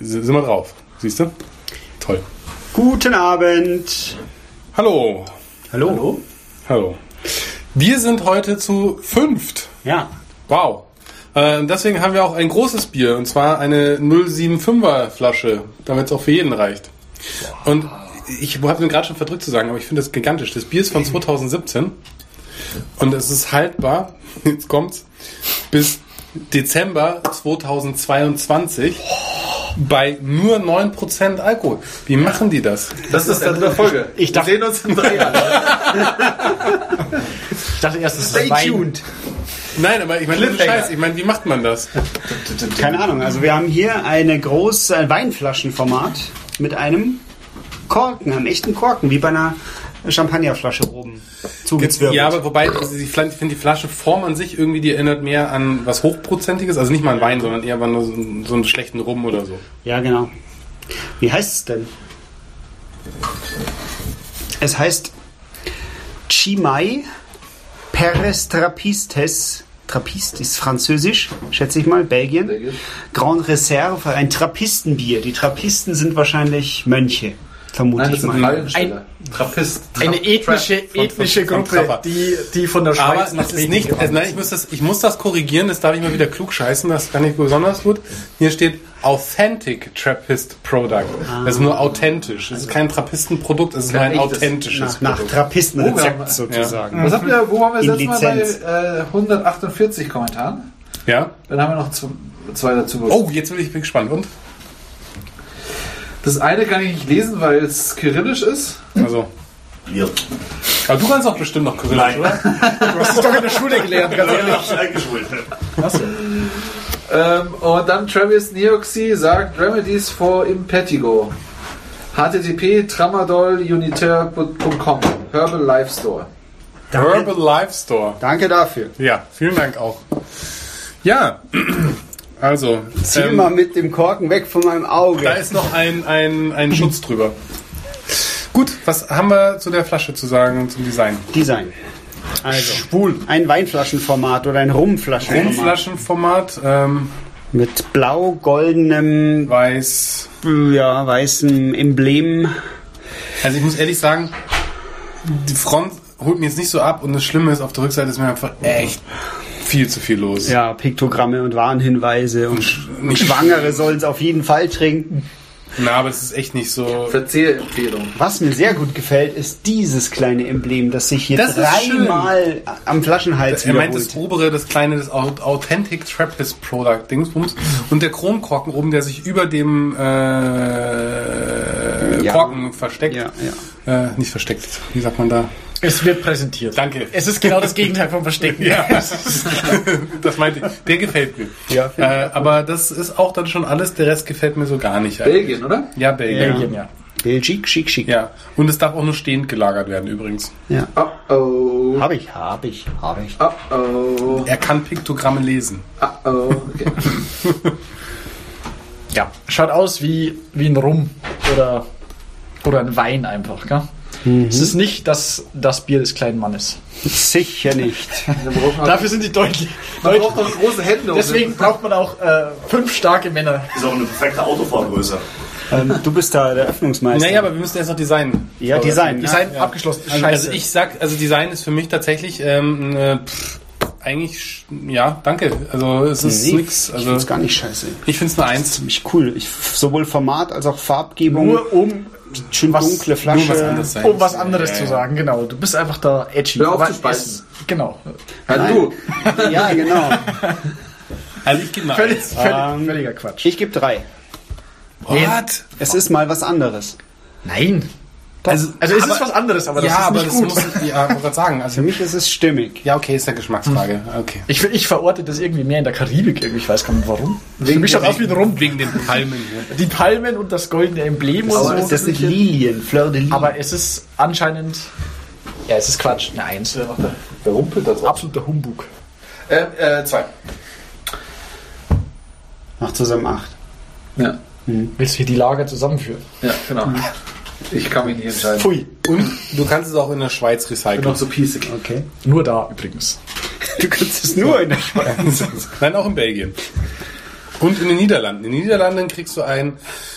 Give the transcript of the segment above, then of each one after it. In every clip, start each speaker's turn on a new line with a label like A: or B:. A: sind wir drauf. Siehst du? Toll.
B: Guten Abend.
A: Hallo.
B: Hallo.
A: Hallo. Wir sind heute zu fünft.
B: Ja.
A: Wow. Ähm, deswegen haben wir auch ein großes Bier und zwar eine 075er Flasche, damit es auch für jeden reicht. Und ich habe mir gerade schon verdrückt zu sagen, aber ich finde das gigantisch. Das Bier ist von 2017 und es ist haltbar, jetzt kommt's, bis Dezember 2022 bei nur 9% Alkohol. Wie machen die das?
C: Das ist das Ende der Folge.
D: Ich
C: Wir
D: dachte-
C: sehen uns in drei Jahren.
D: Ich dachte erst, es
C: Stay
D: ist Wein.
C: tuned.
A: Nein, aber ich meine, ohne
C: Cliffhanger.
A: Scheiß, ich meine, wie macht man das?
B: Keine Ahnung. Also wir haben hier eine große ein Weinflaschenformat mit einem Korken, einem echten Korken, wie bei einer Champagnerflasche oben zugezwirbelt.
A: Ja, aber wobei, also ich finde die Flasche Form an sich irgendwie, die erinnert mehr an was Hochprozentiges, also nicht mal an Wein, sondern eher an so, einen- so einen schlechten Rum oder so.
B: ja, genau. Wie heißt es denn? Es heißt Chimay Peres Trapistes. Trappist ist französisch, schätze ich mal, Belgien. Grand Reserve, ein Trappistenbier. Die Trappisten sind wahrscheinlich Mönche, vermute
C: Nein, das
B: ich
C: sind
B: mal.
C: Meilensteine. Trappist.
D: Eine ethnische, ethnische
A: von
D: Gruppe,
A: Trapper.
D: die, die von der
A: Aber
D: Schweiz
A: es ist nicht, also nein, ich muss, das, ich muss das korrigieren, das darf ich mal wieder klug scheißen, das kann ich besonders gut. Hier steht Authentic Trappist Product. Das ist nur authentisch. Es ist kein Trappistenprodukt, es ist nur
C: Kein
A: ein
C: echtes.
A: authentisches.
B: Nach
C: Oh, ja.
B: Trappistenrezept sozusagen.
C: Was habt ihr, wo waren wir
B: In
C: das letzte Mal
B: Lizenz.
C: bei äh, 148 Kommentaren?
A: Ja?
C: Dann haben wir noch zwei, zwei dazu bekommen.
A: Oh, jetzt bin ich bin gespannt. Und?
C: Das eine kann ich nicht lesen, weil es kyrillisch ist.
A: Also. Aber du kannst auch bestimmt noch Kyrillisch,
E: Nein.
A: oder?
D: Du hast es doch in der Schule gelernt, ganz ehrlich.
C: Ähm, und dann Travis Neoxy sagt Remedies for Impetigo. http tramadolunitaire.com Herbal Life Store.
A: Herbal Life Store.
B: Danke dafür.
A: Ja, vielen Dank auch. Ja, also,
B: Zieh
A: ähm,
B: mal mit dem Korken weg von meinem Auge.
A: da ist noch ein, ein, ein Schutz drüber. Gut, was haben wir zu der Flasche zu sagen, zum Design?
B: Design. Also, Schwul. ein Weinflaschenformat oder ein Rumflaschenformat.
A: Rumflaschenformat, ähm,
B: Mit blau-goldenem,
A: weiß.
B: ja, weißem Emblem.
A: Also ich muss ehrlich sagen, die Front holt mir jetzt nicht so ab und das Schlimme ist, auf der Rückseite ist mir einfach echt viel zu viel los.
B: Ja, Piktogramme und Warnhinweise. Und, Sch- und Schwangere sollen es auf jeden Fall trinken.
A: Na, aber es ist echt nicht so...
C: Verzehrempfehlung.
B: Was mir sehr gut gefällt, ist dieses kleine Emblem, das sich hier
A: Das ist
B: dreimal am Flaschenhals
A: Er meint
B: wiederholt.
A: das obere, das kleine, das Au- Authentic Trappist Product Dingsbums und der Chromkorken oben, der sich über dem äh,
B: Ja.
A: Korken versteckt.
B: Ja,
A: Äh, nicht versteckt, wie sagt man da?
D: Es wird präsentiert.
A: Danke.
D: Es ist genau das Gegenteil vom Verstecken.
A: Ja, das meinte ich. Der gefällt mir.
B: Ja,
A: äh, aber das ist auch dann schon alles. Der Rest gefällt mir so gar nicht. eigentlich.
C: Belgien, oder?
A: Ja, Belgien.
D: Belgien, ja.
B: Belgik, schick, schick.
A: Ja. Und es darf auch nur stehend gelagert werden übrigens.
B: Ja.
C: Oh oh.
B: Hab ich, hab ich, hab ich.
C: Oh oh.
A: Er kann Piktogramme lesen.
C: Oh oh. Okay.
D: ja. Schaut aus wie, wie ein Rum oder, oder ein Wein einfach, gell?
C: Mhm.
D: Es ist nicht das, das Bier des kleinen Mannes.
B: Sicher nicht.
C: Dann braucht man-
D: Dafür sind die deutlich.
C: Man
D: deutlich
C: braucht noch große Hände. um
D: deswegen braucht man auch äh, fünf starke Männer.
E: Ist auch eine perfekte Autofahrgröße.
B: ähm, du bist da der Öffnungsmeister.
A: Naja, aber wir müssen erst noch Design.
B: ja, Design. ne?
D: Die seien abgeschlossen. Ist
A: Also,
D: scheiße.
A: also ich sag, also Design ist für mich tatsächlich ähm, ne, pff, eigentlich sch- ja, danke. Also es ist
B: Nee,
A: nix.
B: ich
A: Also
B: find's gar nicht scheiße.
A: ich finde es eine Eins.
B: Ziemlich cool. Ich, sowohl Format als auch Farbgebung.
D: nur um,
B: schön
D: was-
B: dunkle Flasche.
A: Nur was anderes sein.
D: um was anderes
A: Ja,
D: zu
A: ja.
D: sagen, genau. Du bist einfach da edgy.
C: Hör auf
D: Aber
C: zu speisen.
D: es- Genau.
C: Also du.
B: Ja, genau.
A: Also ich gebe eine
D: Völlig,
A: Eins.
D: völlig,
C: Ähm,
D: völliger Quatsch.
B: Ich gebe drei.
A: What?
B: Es ist mal was anderes.
D: Nein.
A: Also,
D: Also es
A: aber-
D: ist was anderes, aber das
A: ja,
D: ist
A: aber
D: nicht
A: das
D: gut.
A: muss ja, wollte grad sagen.
B: Für
A: Also
B: mich ist es stimmig.
A: ja, okay, ist ja Geschmacksfrage. Okay.
D: Ich, ich verorte das irgendwie mehr in der Karibik. irgendwie. Ich weiß gar nicht warum. Für mich schaut aus wie ein Rum.
A: Wegen den Palmen ne? hier.
D: Die Palmen und das goldene Emblem
B: Aber
D: und
B: ist
D: so.
B: das nicht Lilien? Fleur de Lilien?
D: Aber es ist anscheinend... Ja, es ist Quatsch. Eine Eins.
C: Wer rumpelt das auch?
D: Absoluter Humbug.
C: Ähm, äh, zwei.
B: Macht zusammen acht.
C: Ja.
D: Willst du hier die Lager zusammenführen?
C: Ja, genau. Ich kann mich nicht entscheiden.
D: Pfui.
A: Und du kannst es auch in der Schweiz
C: Ich
A: recyceln.
C: bin noch so piesig.
B: Okay.
D: Nur da übrigens.
B: Du kannst es nur in der Schweiz.
A: Nein, auch in Belgien. Und in den Niederlanden. In den Niederlanden kriegst du ein. äh,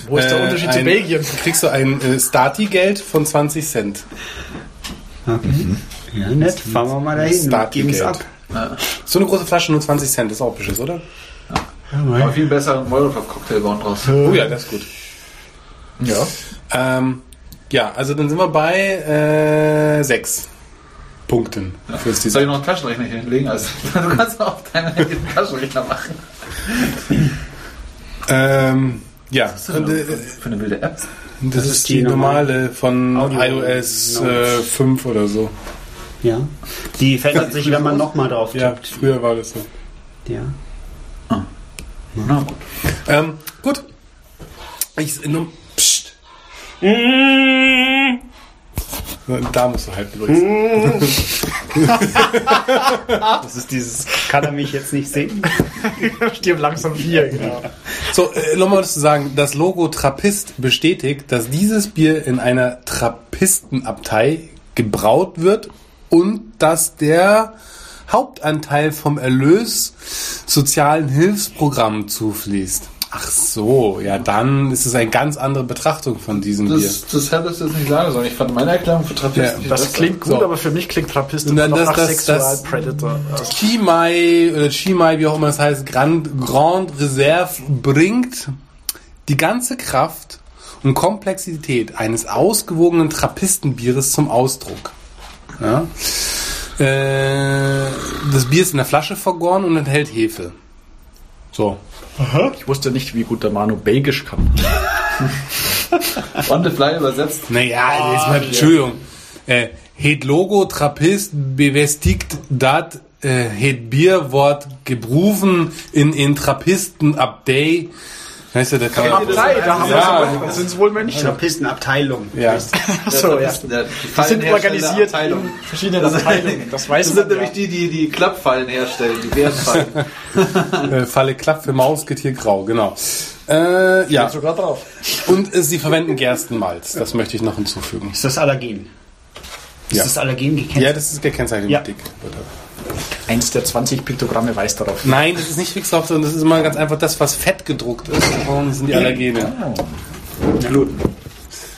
D: Wo ist der Unterschied zu
A: ein,
D: Belgien?
A: Kriegst du ein äh, Stati-Geld von 20 Cent.
B: Ja, nett. Fahren wir mal dahin. und
A: Start
B: Geben's ab.
A: Geld. So eine große Flasche, nur 20 Cent, ist auch beschiss, oder?
C: Aber viel besseren Molotov-Cocktail bauen draus.
A: Oh ja, das ist gut.
D: Ja.
A: Ähm, ja, also dann sind wir bei äh, sechs Punkten fürs
C: Soll ich
A: Design.
C: noch einen Taschenrechner hier hinlegen? Also, du kannst auch deinen eigenen Taschenrechner machen.
A: Ähm, ja, und, äh,
C: Für eine wilde App.
A: das ist die normale von
B: Audio-
A: iOS äh,
B: Notes.
A: 5 oder so.
B: Ja. Die verändert sich, wenn man nochmal drauf
A: Ja,
B: tippt.
A: früher war das so.
B: Ja.
C: Na gut.
A: Ähm, gut. Ich, nur, psst. Mm. Da musst du halt übrigens.
B: Das ist dieses, kann er mich jetzt nicht sehen?
D: Stirb langsam vier, genau.
A: So, äh, nochmal zu sagen, das Logo Trappist bestätigt, dass dieses Bier in einer Trappistenabtei gebraut wird und dass der Hauptanteil vom Erlös sozialen Hilfsprogrammen zufließt. Ach so, ja, dann ist es eine ganz andere Betrachtung von diesem Bier.
C: Das, das hättest du jetzt nicht sagen sollen. Ich fand meine Erklärung für Trappisten
A: Ja,
C: viel
D: Das
C: besser.
D: klingt gut,
A: So.
D: aber für mich klingt Trappist
A: Und
D: immer
A: dann
D: noch
A: das-
D: nach
A: das-
D: Sexual
A: das-
D: Predator. Also,
A: Chimay oder Chimay, wie auch immer das heißt, Grand, Grand Reserve bringt die ganze Kraft und Komplexität eines ausgewogenen Trappistenbieres zum Ausdruck. Ja? Äh, das Bier ist in der Flasche vergoren und enthält Hefe. So.
D: ich wusste nicht, wie gut der Manu Belgisch kann.
C: On the fly übersetzt.
B: Ah,
A: Naja, jetzt mal, Entschuldigung. Äh, het Logo Trappist bevestigt dat äh, het Bierwort gebrufen in in Trappisten Abday. Weißt du, da kann man,
D: Abtei, da haben
A: Ja.
D: wir sind es wohl Mönche.
B: Trappistenabteilung.
A: ja.
D: Achso, ja.
C: Der
D: Die sind
C: Fallenhersteller-
D: organisiert
C: Abteilung.
D: in verschiedenen Abteilungen. Das
C: Das
D: weiß
C: sind
D: man
C: nämlich
D: ja.
C: die, die die Klappfallen herstellen, die Bärenfallen.
A: Äh, Falle Klapp für Maus, Getier grau, genau. Äh, ja,
D: sogar drauf.
A: und äh, sie verwenden Gerstenmalz, das möchte ich noch hinzufügen.
B: Ist das Allergen? Ist
A: Ja.
B: das Allergen
A: Ja,
B: gekennzeichnet?
A: das ist gekennzeichnet
B: Ja.
A: mit dick.
D: Eins der 20 Piktogramme weiß darauf.
A: Nein, das ist nicht fix drauf, sondern das ist immer ganz einfach das, was fett gedruckt ist. Warum sind die Allergene? Oh.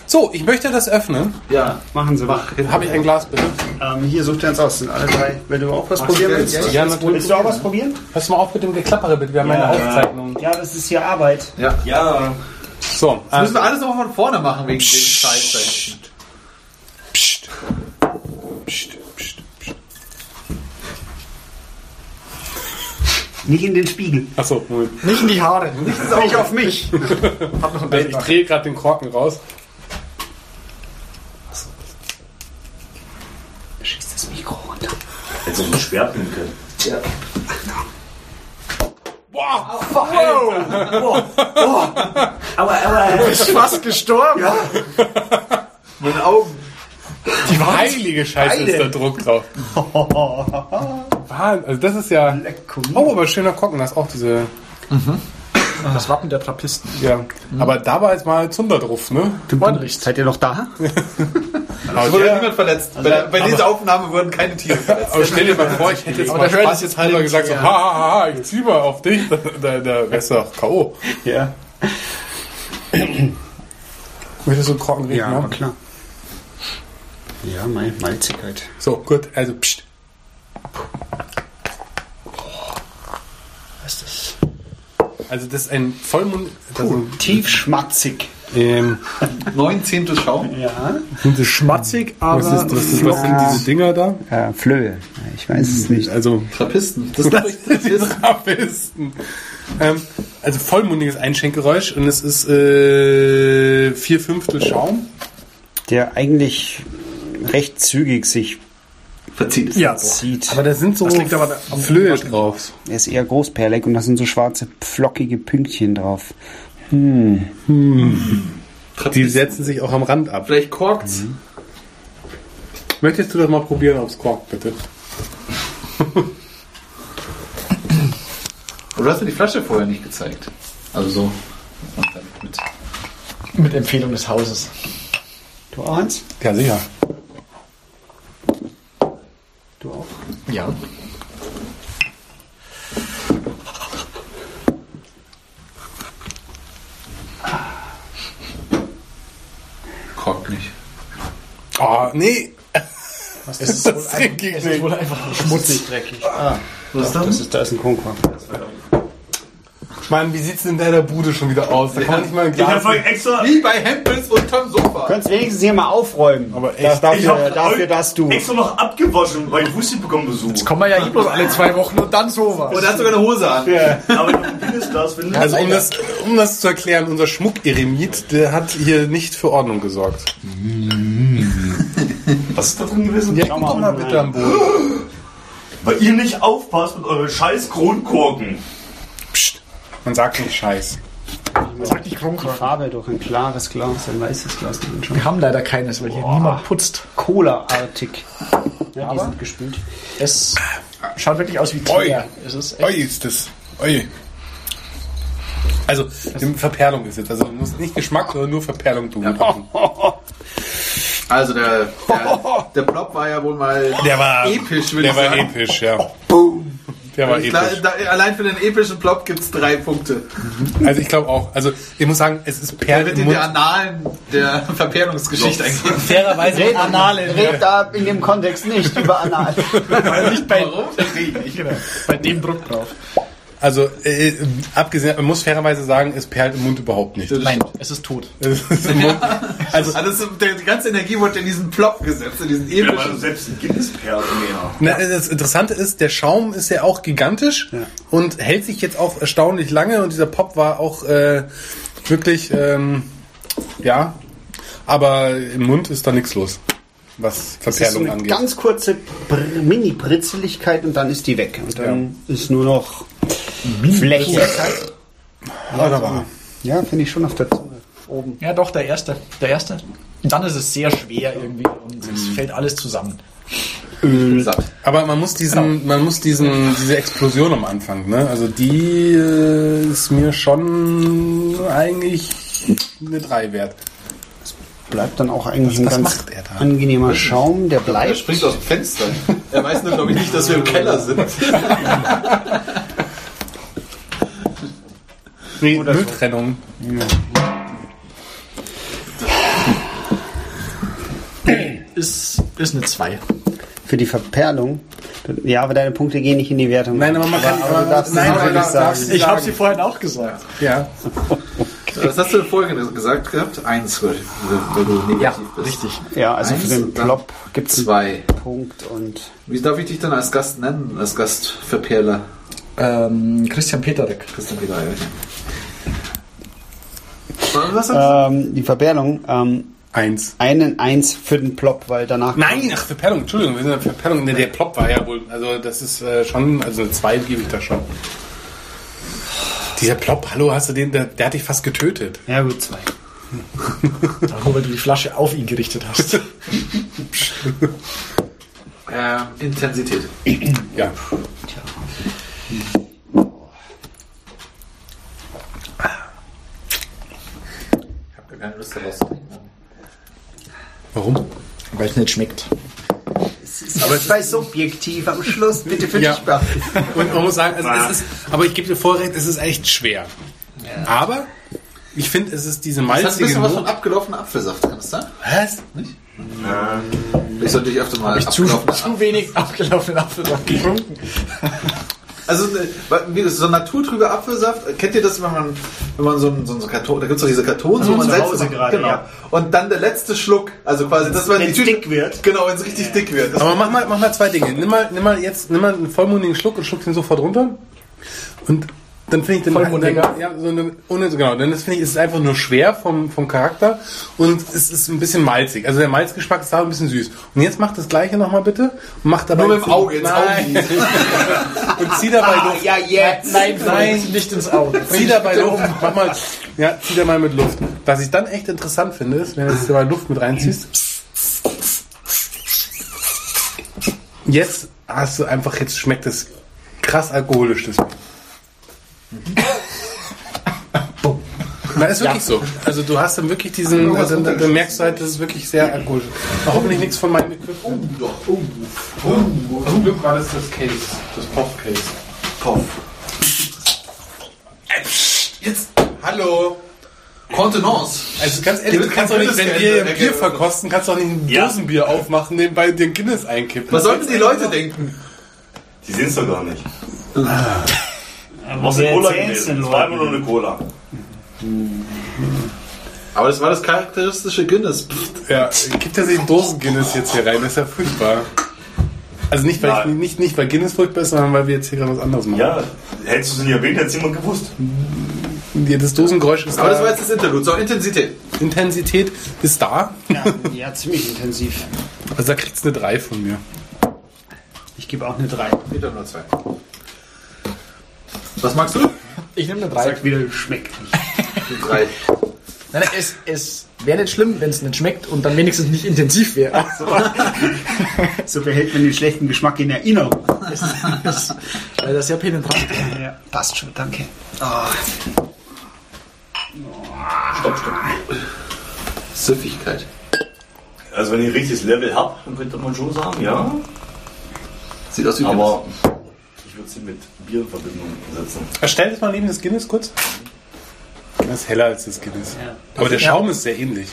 A: So, ich möchte das öffnen.
C: ja.
B: Machen Sie mal.
A: Habe ich ein Glas bitte?
B: Ähm, hier sucht er uns aus. Sind alle drei. Wenn du auch was
C: Ja,
B: probieren willst.
C: ja,
A: Ja, natürlich.
B: Willst du auch was probieren?
A: Pass mal auf mit dem Geklappere, bitte. Wir haben eine Aufzeichnung.
B: Ja, das ist hier Arbeit.
C: ja.
E: Ja,
A: So,
C: Müssen
A: also,
C: wir alles nochmal von vorne machen wegen dem Scheiß.
A: pst. Pst, pst, pst.
B: Nicht in den Spiegel.
A: Achso, Moment.
D: Nicht in die Haare. Nicht
B: Nicht auf mich.
D: hab noch ein
A: Also ich
D: Bild.
A: drehe gerade den Korken raus.
B: Da schießt das Mikro runter.
E: jetzt auch ein Schwert nehmen können.
B: Aber, aber.
D: Ist fast gestorben.
C: Meine Augen.
A: Die heilige Scheiße ist da Druck drauf. Wahnsinn, also das ist ja... Oh, aber schöner Korken, da ist auch diese...
D: Das Wappen der Trappisten.
A: Ja. Aber da war jetzt mal Zunder drauf, ne?
D: Ordentlich.
B: Seid ihr noch da?
A: Aber,
C: Es wurde
A: der,
C: niemand verletzt.
A: Also
C: Bei, der, bei dieser Aufnahme wurden keine Tiere verletzt.
A: aber stell dir mal vor, ich hätte jetzt
D: Aber
A: mal
D: da hört
A: Spaß
D: es
A: jetzt halber gesagt, so, ha, ha, ha, ich zieh mal auf dich, da, da, da wärst du auch K.O.
B: Ja.
A: Möchtest du einen Korken reden
B: Ja, aber
A: haben?
B: klar. Ja, meine Malzigkeit.
A: So, gut, also pst.
B: Was ist
A: Also das ist ein Vollmond...
B: das?
A: Das ist ein,
B: tiefschmatzig.
A: ähm,
C: Neunzehntel Schaum.
B: Ja.
A: Sind sie
D: Schmatzig, aber
A: Was, ist, was, ist, was sind
B: Ja.
A: diese Dinger da?
B: Äh, Flöhe. Ich weiß es nicht.
A: Also
C: Trappisten. Das, das, das ist
A: Trappisten. Ähm, also vollmundiges Einschenkgeräusch und es ist äh, vier Fünftel Schaum.
B: Der eigentlich recht zügig sich
C: verzieht es.
D: ja, doch.
B: zieht.
A: Aber da sind so
D: Das liegt aber da- am
A: Flöhe drauf.
B: Er ist eher großperlig und da sind so schwarze, flockige Pünktchen drauf.
A: Die
C: Trappisten.
A: setzen sich auch am Rand ab.
C: Vielleicht korkt's.
A: Mhm. Möchtest du das mal probieren aufs Kork, bitte?
C: Oder hast du die Flasche vorher nicht gezeigt? Also so. Und dann mit.
D: mit Empfehlung des Hauses.
B: Du auch, Hans?
A: Ja, sicher.
B: Du auch?
D: Ja.
C: kommt nicht.
A: Oh, nee.
B: Es ist, wohl
A: Das
B: ein,
A: ging
D: Es ist
A: nicht.
D: wohl einfach schmutzig.
B: dreckig. Ah,
C: Was ist
B: doch, das
C: das?
B: ist, da ist ein Konkord.
A: Mann, wie sieht's denn in deiner Bude schon wieder aus? Da kann man nicht mal ein
E: Ich
A: Glas.
E: habe extra,
C: Wie bei Hempels unterm Sofa.
B: Kannst wenigstens hier mal aufräumen.
A: Aber echt,
B: das,
E: ich
B: dafür,
E: hab
B: dafür, dass du.
E: extra noch abgewaschen, weil ich wusste, ich bekomme Besuch.
D: Kommen wir ja eh bloß alle zwei Wochen und dann sowas.
C: Und er hat sogar eine Hose an.
E: Aber ich ein kleines Glas finde.
A: Also um das, um das zu erklären, unser Schmuck-Eremit, der hat hier nicht für Ordnung gesorgt.
E: was ist da drin gewesen?
A: Ja, guck doch mal bitte am Boden.
E: Weil ihr nicht aufpasst mit euren scheiß Kronkorken.
A: Man sagt nicht Scheiß.
D: Sag nicht Kronkorken.
B: Farbe durch ein klares Glas, ein weißes Glas. dann schon.
D: Wir haben leider keines, weil hier niemand putzt.
B: Cola-artig. Ja, die sind gespült.
D: Es schaut wirklich aus wie
A: Oi.
D: Teer. Es ist
A: Oi,
D: echt
A: ist das. Oi. Also, die Verperlung ist jetzt. Also, du musst nicht Geschmack, sondern nur Verperlung tun.
C: Also der, der, der Blob war ja wohl mal
A: Der war
C: episch, würde
A: Der
C: ich
A: war
C: sagen.
A: episch, ja. Der war
C: Klar,
A: episch.
C: da, allein für den epischen Blob gibt es drei Punkte.
A: Also ich glaube auch. Also ich muss sagen, es ist
C: Er
A: Perlen
C: wird
A: im
C: in
A: Mund.
C: der Annalen der Verperlungsgeschichte eingegeben.
B: Red, red da in dem Kontext nicht über Anal.
D: nicht bei,
C: Warum?
D: bei dem Druck drauf.
A: Also äh, abgesehen, man muss fairerweise sagen, es perlt im Mund überhaupt nicht.
D: Nein, es ist tot.
A: Es ist im Mund. Also
C: Also das, der- die ganze Energie wurde in diesen Plop gesetzt, in diesen
E: Ja, aber
C: epischen.
E: selbst ein Guinness-Perl mehr.
A: na, das Interessante ist, der Schaum ist ja auch gigantisch und hält sich jetzt auch erstaunlich lange und dieser Pop war auch äh, wirklich, ähm, ja, aber im Mund ist da nichts los, was
B: Das ist so
A: Verperlung
B: eine
A: angeht.
B: ganz kurze Pr- Mini-Britzeligkeit und dann ist die weg. Und dann ist nur noch Fläche.
A: Ah, da war er.
B: Ja, finde ich schon auf der Zunge. Oben.
D: Ja, doch, der erste. Der erste. Und dann ist es sehr schwer irgendwie und es fällt alles zusammen.
A: Aber man muss diesen, man muss diesen, diese Explosion am Anfang, ne? Also die äh, ist mir schon eigentlich eine 3 wert.
B: Bleibt dann auch eigentlich ein
A: was
B: ganz
A: macht er da?
B: angenehmer Schaum, der
C: Er
B: bleibt.
C: springt aus dem Fenster. Er weiß nur, glaube ich, nicht, dass wir im Keller sind.
A: Nee, Mülltrennung.
D: Ist, ist eine 2.
B: Für die Verperlung. Ja, aber deine Punkte gehen nicht in die Wertung.
A: Nein, aber man kann
B: aber du darfst
A: nein,
B: es
A: aber darf-
B: natürlich sagen.
A: darfst du
D: Ich habe
A: sagen.
D: sie vorhin auch gesagt.
A: Ja.
C: Was hast du in Folge gesagt gehabt? Eins, weil weil du negativ bist.
D: Richtig.
B: Ja, also für
C: Eins
B: den
C: und dann
B: Plop gibt es einen
C: Zwei.
B: Punkt und
C: Wie darf ich dich dann als Gast nennen? Als Gastverperler?
D: Ähm, Christian Peterek.
C: Christian Peter Eilert. Was hat
B: ähm, die Verperlung ähm,
A: Eins.
B: einen Eins für den Plop, weil danach
A: Nein, ach, Verperlung, Entschuldigung, wir sind in der Verperlung. Ne, der Plop war ja wohl, also das ist äh, schon, also eine 2 gebe ich da schon. Dieser Plop, hallo, hast du den, der, der hat dich fast getötet.
B: Ja, gut, zwei.
D: Darüber du die Flasche auf ihn gerichtet hast.
C: Ähm, Intensität.
A: Ja.
C: Ich habe keine Lust daraus.
A: Warum?
D: Weil es nicht schmeckt.
B: Aber es war subjektiv am Schluss, bitte für
A: Ja.
B: dich behalten.
A: Und man muss sagen, also es ist, aber ich gebe dir vorrecht, es ist echt schwer. Aber ich finde, es ist diese
C: Das hat ein
A: malzige
C: bisschen was von
A: Note.
C: abgelaufener Apfelsaft, kann das sein?
A: Was?
C: Ich sollte dich öfter mal
D: Ich zu,
C: abgelaufener
D: zu wenig abgelaufenen Apfelsaft getrunken.
C: Also ne, wa- wie das- so ein naturtrüber Apfelsaft, äh, kennt ihr das, wenn man, wenn man so einen so einen Karton, da gibt es doch diese Kartons, wo man
B: Mhm, zu
C: selbst
B: Hause
C: macht.
B: gerade,
C: genau.
B: ja.
C: Und dann der letzte Schluck, also quasi, dass man
B: Wenn's dick wird.
C: Genau, wenn es richtig dick wird. Das
A: Aber mach mal, mach mal zwei Dinge. Nimm mal, nimm mal jetzt, nimm mal einen vollmundigen Schluck und schluck den sofort runter. Und dann finde ich den
D: Vollmundiger?
A: Ja, so eine, ohne, so genau. Denn das finde ich, es ist einfach nur schwer vom, vom Charakter und es ist ein bisschen malzig. Also der Malzgeschmack ist da ein bisschen süß. Und jetzt mach das Gleiche nochmal bitte und mach dabei
C: Nur mit dem Auge, ins
A: Nein. und zieh dabei Luft.
B: Ah, ja, jetzt!
D: Nein, nein, nicht ins Auge.
A: Zieh dabei Luft, mach mal, ja, zieh da mal mit Luft. Was ich dann echt interessant finde, ist, wenn du jetzt mal Luft mit reinziehst. Jetzt hast du einfach, jetzt schmeckt es krass alkoholisch, das Bier. Na, ist wirklich so. Also du hast dann wirklich diesen, also, dann, dann merkst du halt, das ist wirklich sehr alkoholisch. Mal Hoffentlich nichts von meinem Equipment.
C: doch. Oh, oh,
A: Zum Glück war das das Case, das Pop-Case.
C: Puff. Jetzt. Äh, Hallo. Kontenance.
A: Also ganz ehrlich,
C: Hier
A: du
C: wird
A: kannst doch
C: kein
A: nicht, wenn
C: drittes
A: wir
C: Geld
A: hier Bier
C: mehr gegeben.
A: verkosten, kannst du doch nicht ein
E: Ja.
A: Dosenbier aufmachen, nebenbei dir ein Guinness einkippen.
C: Was sollten die Leute denken?
E: Die sehen's doch gar nicht.
B: Aber
E: Was
B: Ah. wer
E: eine Cola
B: erzählt's
E: gewesen.
B: den
E: Zweimal
B: Leuten?
E: nur eine Cola.
C: Aber das war das charakteristische Guinness. Pff,
A: Ja, gibt ja sich ein Dosen-Guinness jetzt hier rein, das ist ja furchtbar. Also nicht, weil, ich,
E: Nein.
A: nicht, nicht, weil Guinness furchtbar ist, sondern weil wir jetzt hier gerade was anderes machen.
E: Ja, hättest du es nicht erwähnt, hätte es jemand gewusst.
A: Ja. Das Dosengeräusch ist
C: Aber das
A: da,
C: war jetzt das Interlude. So, Intensität.
A: Intensität ist da.
B: Ja, ja, ziemlich intensiv.
A: Also da kriegt's eine 3 von mir.
B: Ich gebe auch eine 3.
C: Wieder nur zwei. Was magst du?
D: Ich nehme eine 3.
B: Sagt wieder, schmeckt nicht.
C: Drei.
D: Nein, nein, es, es wäre nicht schlimm, wenn es nicht schmeckt und dann wenigstens nicht intensiv wäre.
B: So behält man den schlechten Geschmack in Erinnerung.
D: Weil das ja penetrant
B: Ja, passt schon, danke.
C: Süffigkeit.
E: Also wenn ich ein richtiges Level habe, dann könnte man schon sagen, ja.
C: Sieht aus wie
E: Aber ich würde sie mit Bier in Verbindung setzen.
A: Erstell das mal neben das Guinness kurz. Das ist heller als das Guinness.
B: Ja.
A: Aber der Schaum ist sehr ähnlich.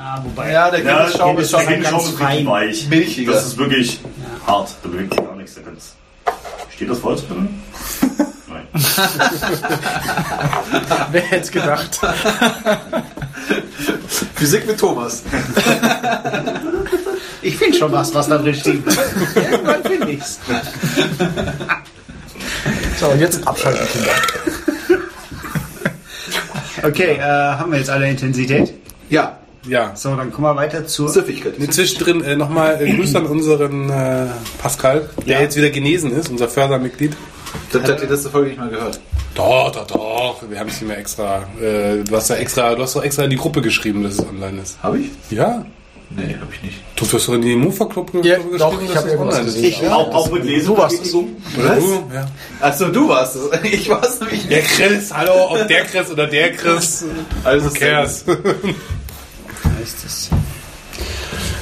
B: Ah, wobei,
C: Ja, der
E: Ja,
C: Guinness Schaum ist
E: der
C: schon
B: ein
E: Guinness Schaum
B: ganz
E: ist richtig
B: fein.
E: weich.
C: Milchiger.
E: Das ist wirklich hart. Da bewegt sich gar nichts. Da kann's- Steht das Holz drin? Nein.
D: Wer hätte es gedacht?
C: Physik mit Thomas.
B: ich finde schon was, was da drin steht. Irgendwann finde ich's.
D: So, und jetzt abschalten, Kinder.
B: Okay, äh, haben wir jetzt alle Intensität?
C: Ja,
A: Ja.
B: So, dann kommen wir weiter zur...
C: Süffigkeit.
A: Und Zwischendrin äh, nochmal äh, Grüße an unseren äh, Pascal, der
B: Ja.
A: jetzt wieder genesen ist, unser Fördermitglied.
C: Das habt ihr letzte Folge nicht mal gehört.
A: Doch, doch, doch. Wir haben es hier mehr extra. Äh, du hast da extra, du hast doch extra in die Gruppe geschrieben, dass es online ist.
C: Habe ich?
A: Ja.
C: Nee, habe ich nicht.
A: Du hast doch in die Mofa Club Gruppe
D: Ja,
A: geschrieben,
D: doch, ich
A: dass
D: hab
A: es
D: irgendwas
A: online ist.
D: gesehen.
A: Ich,
E: Auch, auch mit Lesebetätigung?
A: oder
C: Was?
A: du? Ja.
C: Achso, du warst es. Ich war es nämlich
A: Der
C: nicht.
A: Chris, hallo, ob der Chris oder der Chris.
C: Also,
A: Cares.
B: heißt es.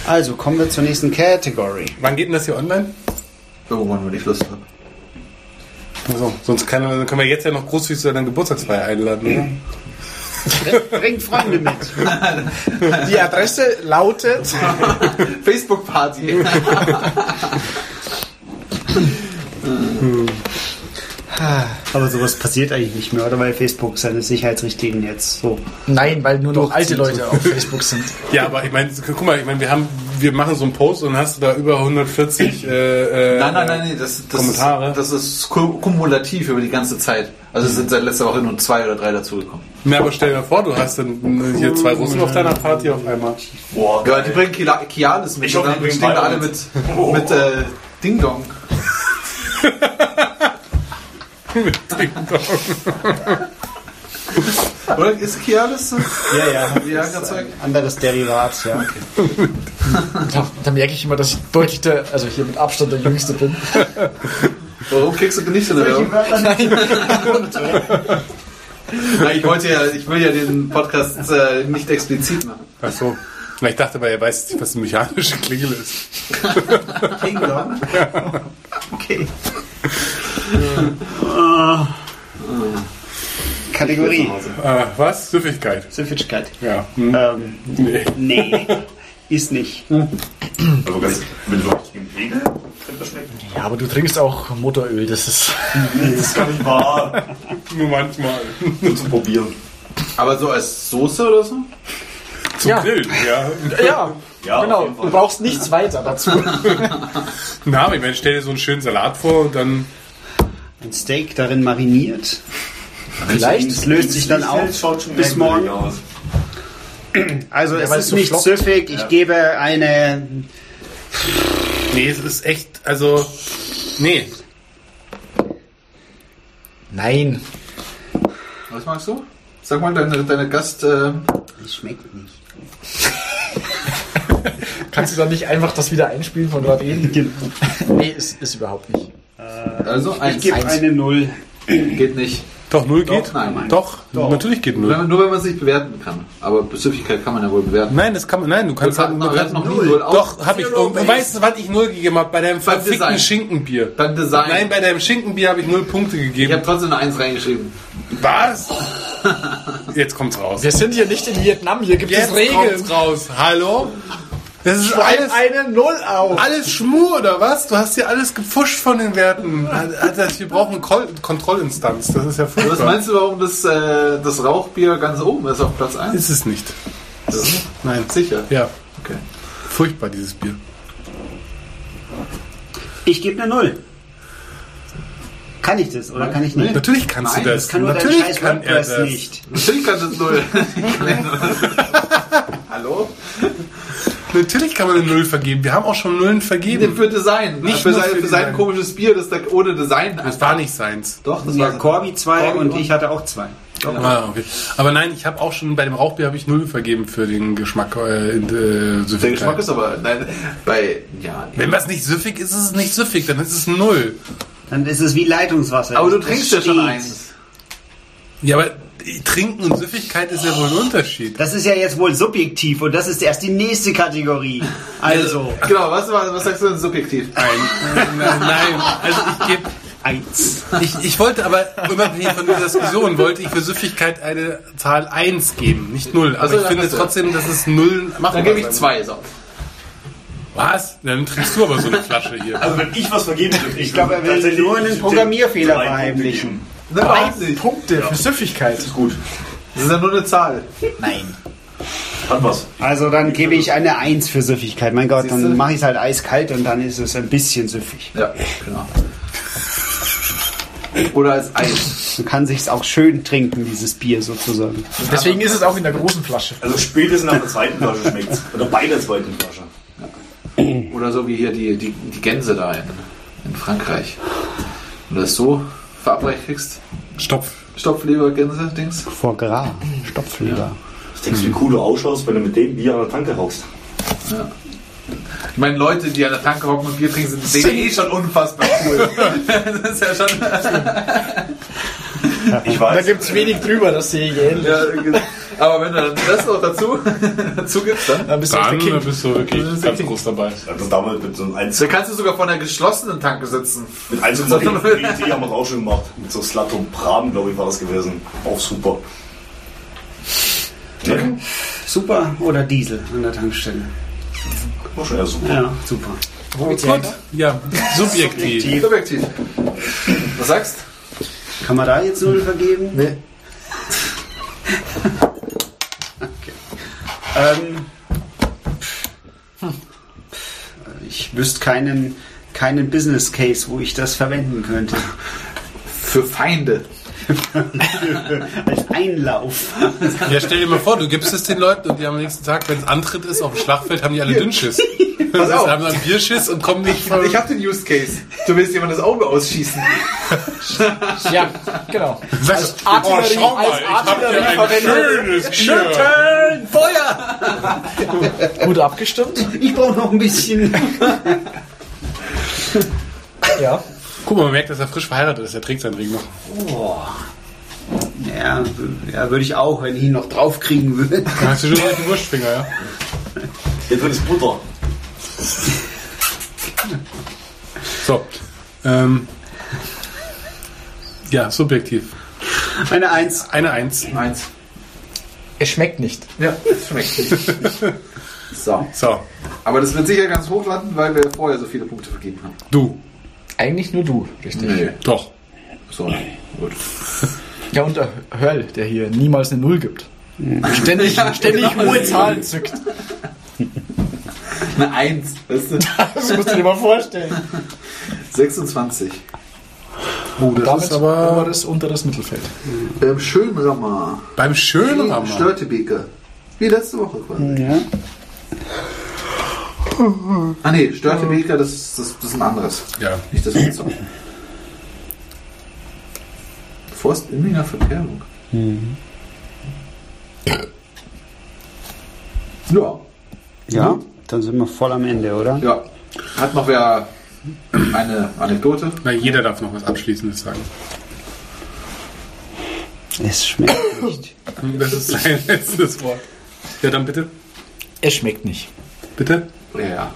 B: Also, kommen wir zur nächsten Category.
A: Wann geht denn das hier online?
C: Irgendwann, wenn ich Lust habe.
A: Also, sonst kann, dann können wir jetzt ja noch großzügig zu deiner Geburtstagsfeier einladen. oder?
B: Bringt Freunde mit.
D: Die Adresse lautet.
C: Facebook-Party.
B: Aber sowas passiert eigentlich nicht mehr, oder? Weil Facebook seine Sicherheitsrichtlinien jetzt so.
D: Nein, weil nur noch alte Leute auf Facebook sind.
A: Ja, aber ich meine, guck mal, ich meine, wir haben, wir machen so einen Post und dann hast du da über 140. Äh, äh,
C: Nein, nein, nein, nee, das, das,
A: Kommentare.
C: Ist, das ist ku- kumulativ über die ganze Zeit. Also es sind seit letzter Woche nur zwei oder drei dazugekommen.
A: Na, aber stell dir vor, du hast dann hier zwei Russen auf deiner Party auf einmal.
E: Boah,
C: Ja,
E: geil.
C: die bringen Kila- Kialis mit.
E: Ich hoffe,
C: und
E: die
C: dann
E: bringen
C: stehen da
E: beide
C: alle mit, mit
E: mit.
C: äh, Ding Dong. Oder ist Kialis so?
B: Ja, ja.
C: Wie lange das Zeug?
B: Anderes Derivat, ja.
D: Da, da merke ich immer, dass ich deutlich der, also hier mit Abstand der Jüngste bin.
C: Warum kriegst du nicht so eine Werbung? Nein, ich wollte ja, ich will ja den Podcast äh, nicht explizit machen.
A: Ach so. Na, ich dachte, weil er weiß nicht, was eine mechanische Klingel ist.
B: Ding Dong. Okay. Kategorie.
A: Äh, was? Süffigkeit.
B: Süffigkeit.
A: Ja. Hm.
B: Ähm,
A: Nee.
B: nee, ist nicht.
E: Also ganz, wenn du wirklich im Pegel, könnte das schmecken.
D: Ja, aber du trinkst auch Motoröl, das ist.
E: Das ist gar nicht wahr.
A: Nur manchmal.
E: Nur zum Probieren.
C: Aber so als Soße oder so?
A: Zum
D: Ja.
A: Grillen, ja.
D: Ja,
E: Ja, auf
D: genau.
E: jeden Fall.
D: Du brauchst nichts weiter dazu.
A: Na, aber ich meine, stell dir so einen schönen Salat vor und dann.
B: Ein Steak darin mariniert.
D: Vielleicht.
B: Es löst sich dann
E: Das
B: auf.
E: schaut schon
B: Bis
E: merkwürdig
B: morgen.
E: aus.
B: Also es
D: weil
B: ist
D: es so
B: nicht
D: flockt.
B: süffig. Ich gebe eine
A: Nee, es ist echt, also. Nee.
D: Nein.
C: Was magst du? Sag mal deine, deine Gast. Äh,
B: Das schmeckt nicht.
D: Kannst du dann nicht einfach das wieder einspielen von gerade eben? Nee, ist, ist überhaupt nicht.
C: also
B: Ich
C: eins.
B: gebe
D: Eins.
B: eine Null.
C: Geht nicht.
A: Doch, null geht?
C: nein, nein.
A: Doch, natürlich geht
C: Wenn
A: null.
C: man, nur wenn man es nicht bewerten kann. Aber Süffigkeit kann man ja wohl bewerten.
A: Nein, das kann man. Nein, du kannst
C: Wir hatten-
A: du
C: wir
A: kannst-
C: hatten noch nie null.
A: Doch, habe ich.
C: Zero
A: Und,
C: Base.
A: weißt du, was ich null gegeben habe? Bei deinem verfickten
C: Design.
A: Schinkenbier.
C: Beim Design.
A: Nein, bei deinem Schinkenbier habe ich null Punkte
C: ich
A: gegeben.
C: habe trotzdem eine Eins reingeschrieben.
A: Was? Jetzt kommt's raus.
D: Wir sind hier nicht in Vietnam, hier gibt
A: Jetzt
D: es Regeln.
A: kommt's raus. Hallo? Das ist alles,
D: eine Null auf.
A: alles Schmur, oder was? Du hast hier alles gepfuscht von den Werten. Das, wir brauchen Kol- Kontrollinstanz. Das ist ja
C: Was
A: furchtbar.
C: meinst du, warum das, äh, das Rauchbier ganz oben ist auf Platz 1?
A: Ist es nicht.
C: Nein. Sicher.
A: Ja,
C: Okay.
A: furchtbar, dieses Bier.
B: Ich gebe eine Null. Kann ich das oder kann ich nicht?
A: Natürlich kannst
C: Nein,
A: du das.
B: Das kann nur
A: Natürlich
B: dein scheiß WordPress nicht.
C: Natürlich kann das null. Hallo?
A: Natürlich kann man eine Null vergeben. Wir haben auch schon Nullen vergeben.
C: Für Design.
A: Nicht
C: für
A: nur
C: sein,
A: für
C: für sein
A: Design.
C: komisches Bier, das da ohne Design
A: Das war nicht seins.
C: Doch, das
B: Ja,
C: war
B: Corby 2
C: Corby
B: und ich hatte auch 2.
A: Ah, okay. Aber nein, ich habe auch schon bei dem Rauchbier habe ich Null vergeben für den Geschmack. Äh, in, äh,
C: Der
A: Süffigkeit.
C: Geschmack ist aber. Nein, bei. Ja.
A: Wenn was nicht süffig ist, ist es nicht süffig, dann ist es Null.
B: Dann ist es wie Leitungswasser.
C: Aber du
B: Das
C: trinkst ja schon
B: steht.
C: eins.
A: Ja, aber Trinken und Süffigkeit ist ja wohl ein Unterschied.
B: Das ist ja jetzt wohl subjektiv und das ist erst die nächste Kategorie. Also,
C: Genau, was, war- was sagst du denn subjektiv?
A: Nein, nein, nein. also ich gebe,
B: eins.
A: ich, ich wollte aber unabhängig von dieser Diskussion, wollte ich für Süffigkeit eine Zahl 1 geben, nicht 0. Aber
C: Also,
A: ich
C: dann
A: finde
C: hast du-
A: trotzdem, dass es 0 macht.
C: Dann gebe ich zwei. So.
A: Was? Dann trinkst du aber so eine Flasche hier.
E: Also wenn ich was vergeben würde, ich
B: glaube, er will
E: tatsächlich
B: nur einen
E: den-
B: Programmierfehler
E: drei Punkte
B: verheimlichen.
E: geben.
C: Ne, überhaupt nicht.
D: Punkte für Süffigkeit.
E: Ist gut.
C: Das ist ja nur eine Zahl.
B: Nein.
E: Hat was.
B: Also dann gebe ich eine Eins für Süffigkeit. Mein Gott,
C: Siehste?
B: dann mache ich es halt eiskalt und dann ist es ein bisschen süffig.
C: Ja, genau. Oder als Eis.
B: Man kann sich's auch schön trinken, dieses Bier sozusagen.
D: Deswegen ist es auch in der großen Flasche.
E: Also spätestens nach der zweiten Flasche schmeckt's. Oder bei der zweiten Flasche.
C: Oder so wie hier die, die, die Gänse da in, in Frankreich. Wenn du das so verabreicht kriegst.
A: Stopp.
C: Stopfleber, Gänse, Dings.
B: Foie gras, Stopfleber.
E: Was denkst du, wie cool du ausschaust, wenn du mit dem Bier an der Tanke rauchst?
C: Ich meine, Leute, die an der Tanke hocken und Bier trinken, sind sehen eh schon unfassbar cool. das ist ja schon.
E: Ich
D: Da
E: weiß.
D: gibt es wenig drüber, das sehe ich ähnlich.
C: Ja, genau. aber wenn du dann das noch dazu, dazu gibst, dann,
D: Dann bist du
A: Dann
D: echt der King.
A: bist du wirklich ganz groß dabei.
E: Also damals mit so einem
C: dann
E: Einzel
C: kannst du sogar vor einer geschlossenen Tanke sitzen.
E: mit Einzelmodell DT haben wir auch schon gemacht. Mit so Slatom Pramen, glaube ich, war das gewesen. Auch super. Ne?
B: Super oder Diesel an der Tankstelle?
E: War schon eher super.
B: Ja, super.
A: Gut, ja, subjektiv.
C: Subjektiv. Was sagst
B: Kann man da jetzt Null vergeben? Nee. okay. ähm, ich wüsste keinen, keinen Business Case, wo ich das verwenden könnte.
C: Für Feinde.
B: Als Einlauf.
A: Ja, stell dir mal vor, du gibst es den Leuten und die am nächsten Tag, wenn es Antritt ist auf dem Schlachtfeld, haben die alle Dünnschiss.
C: Pass
A: Die
C: auf.
A: haben dann Bierschiss und kommen nicht
C: Ich habe den Use Case. Du willst jemand das Auge ausschießen.
D: Ja, genau.
A: Was?
D: Artillerie, als
A: Oh, ich hab
D: Artillerie
A: hier ein schönes Bier.
D: Schütteln, Feuer! Gut abgestimmt.
B: Ich brauche noch ein bisschen.
D: Ja.
A: Guck mal, man merkt, dass er frisch verheiratet ist. Er trägt seinen Ring noch.
B: Ja, w- ja würde ich auch, wenn ich ihn noch draufkriegen würde.
A: Dann hast du schon solche Wurstfinger, ja?
E: Jetzt wird es Butter.
A: So. Ähm, ja, subjektiv.
B: Eine Eins.
A: Eine Eins.
C: Eins.
D: Es schmeckt nicht.
C: Ja, das schmeckt nicht. So.
A: So,
C: Aber das wird sicher ganz hoch landen, weil wir vorher so viele Punkte vergeben haben.
A: du.
D: Eigentlich nur du, richtig.
A: Doch.
C: So, gut.
D: Ja, und der Hörl, der hier niemals eine Null gibt. Ständig, ständig hohe Zahlen zückt.
C: Eine Eins, weißt du?
D: Das musst du dir mal vorstellen.
C: 26.
A: Oh, das
D: Damit
A: ist aber
D: oberes, unteres Mittelfeld.
C: Ähm, Schönrammer.
A: beim schönen Rahmen.
C: Störtebeke. Wie letzte Woche quasi. Ah nee, Störtebeke, das, ist- das, das ist ein anderes.
A: Ja.
C: Nicht das Winzer. Forstimminger Verkehrung. Ja,
B: Ja, dann sind wir voll am Ende, oder?
C: ja. Hat noch wer eine Anekdote?
A: Na, jeder darf noch was Abschließendes sagen.
B: Es schmeckt nicht.
A: Das ist sein letztes Wort. Ja, dann bitte.
D: Es schmeckt nicht.
A: Bitte.
C: Ja.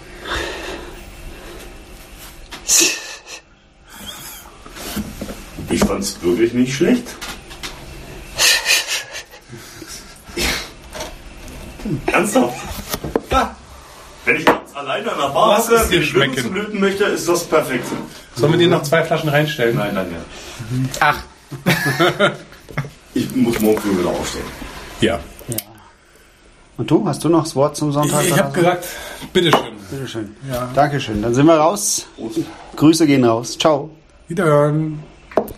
E: Ich fand's wirklich nicht schlecht.
B: schmecken.
E: Ernsthaft? Ja. Wenn ich abends alleine an der Bar
A: Lass es
E: hocke,
A: dir
E: mir Glück
A: schmecken.
E: zu blüten möchte, ist das perfekt.
A: Sollen wir dir noch zwei Flaschen reinstellen?
E: Nein, danke.
D: Ach,
E: Ich muss morgen früh wieder aufstehen.
A: Ja.
B: Und du, hast du noch das Wort zum Sonntag?
A: Ich habe gesagt, bitteschön.
B: Bitteschön. Dankeschön. Dann sind wir raus. Grüße gehen raus. Ciao.
A: Wiederhören.